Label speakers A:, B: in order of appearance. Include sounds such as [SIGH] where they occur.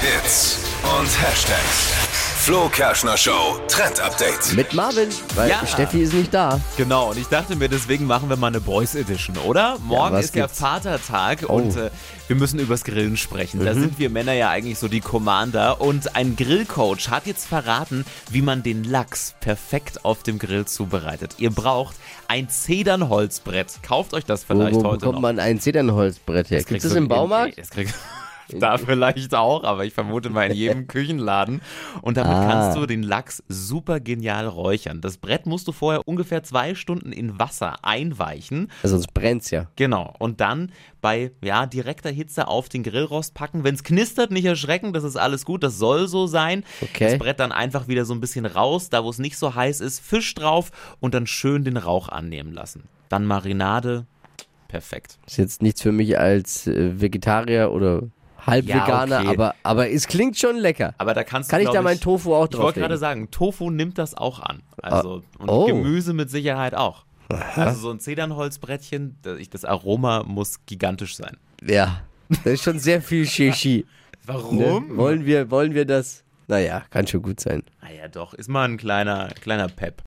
A: Hits und Hashtags. Flo Kerschner Show Trend Update.
B: Mit Marvin, weil
C: Ja.
B: Steffi ist nicht da.
C: Genau, und ich dachte mir, deswegen machen wir mal eine Boys Edition, oder? Morgen
B: was
C: ist ja
B: gibt's? Oh.
C: Vatertag und äh, wir müssen übers Grillen sprechen.
B: Mhm.
C: Da sind wir Männer ja eigentlich so die Commander. Und ein Grillcoach hat jetzt verraten, wie man den Lachs perfekt auf dem Grill zubereitet. Ihr braucht ein Zedernholzbrett. Kauft euch das
B: Wo,
C: vielleicht
B: wo
C: heute
B: bekommt
C: noch.
B: man ein Zedernholzbrett her? Gibt
C: kriegst
B: es
C: du
B: im
C: in-
B: Baumarkt?
C: Das
B: [LAUGHS]
C: kriegst [LAUGHS] da vielleicht auch, aber ich vermute mal in jedem Küchenladen. Und damit
B: Ah.
C: kannst du den Lachs super genial räuchern. Das Brett musst du vorher ungefähr zwei Stunden in Wasser einweichen.
B: Also sonst brennt's ja.
C: Genau. Und dann bei ja, direkter Hitze auf den Grillrost packen. Wenn es knistert, nicht erschrecken, das ist alles gut, das soll so sein.
B: Okay.
C: Das Brett dann einfach wieder so ein bisschen raus, da wo es nicht so heiß ist, Fisch drauf und dann schön den Rauch annehmen lassen. Dann Marinade. Perfekt.
B: Ist jetzt nichts für mich als äh, Vegetarier oder Halbveganer,
C: Ja, okay.
B: aber, aber es klingt schon lecker.
C: Aber da kannst du,
B: Kann ich
C: glaub
B: da meinen Tofu auch
C: Ich wollte gerade
B: drauflegen?
C: sagen, Tofu nimmt das auch an. Also und
B: oh.
C: Gemüse mit Sicherheit auch. Also so ein Zedernholzbrettchen, da- ich- das Aroma muss gigantisch sein.
B: Ja, das ist schon sehr viel Shishi. Ne?
C: Warum?
B: Wollen wir, wollen wir das? Naja, kann schon gut sein.
C: Ah Naja, doch, ist mal ein kleiner, kleiner Pep.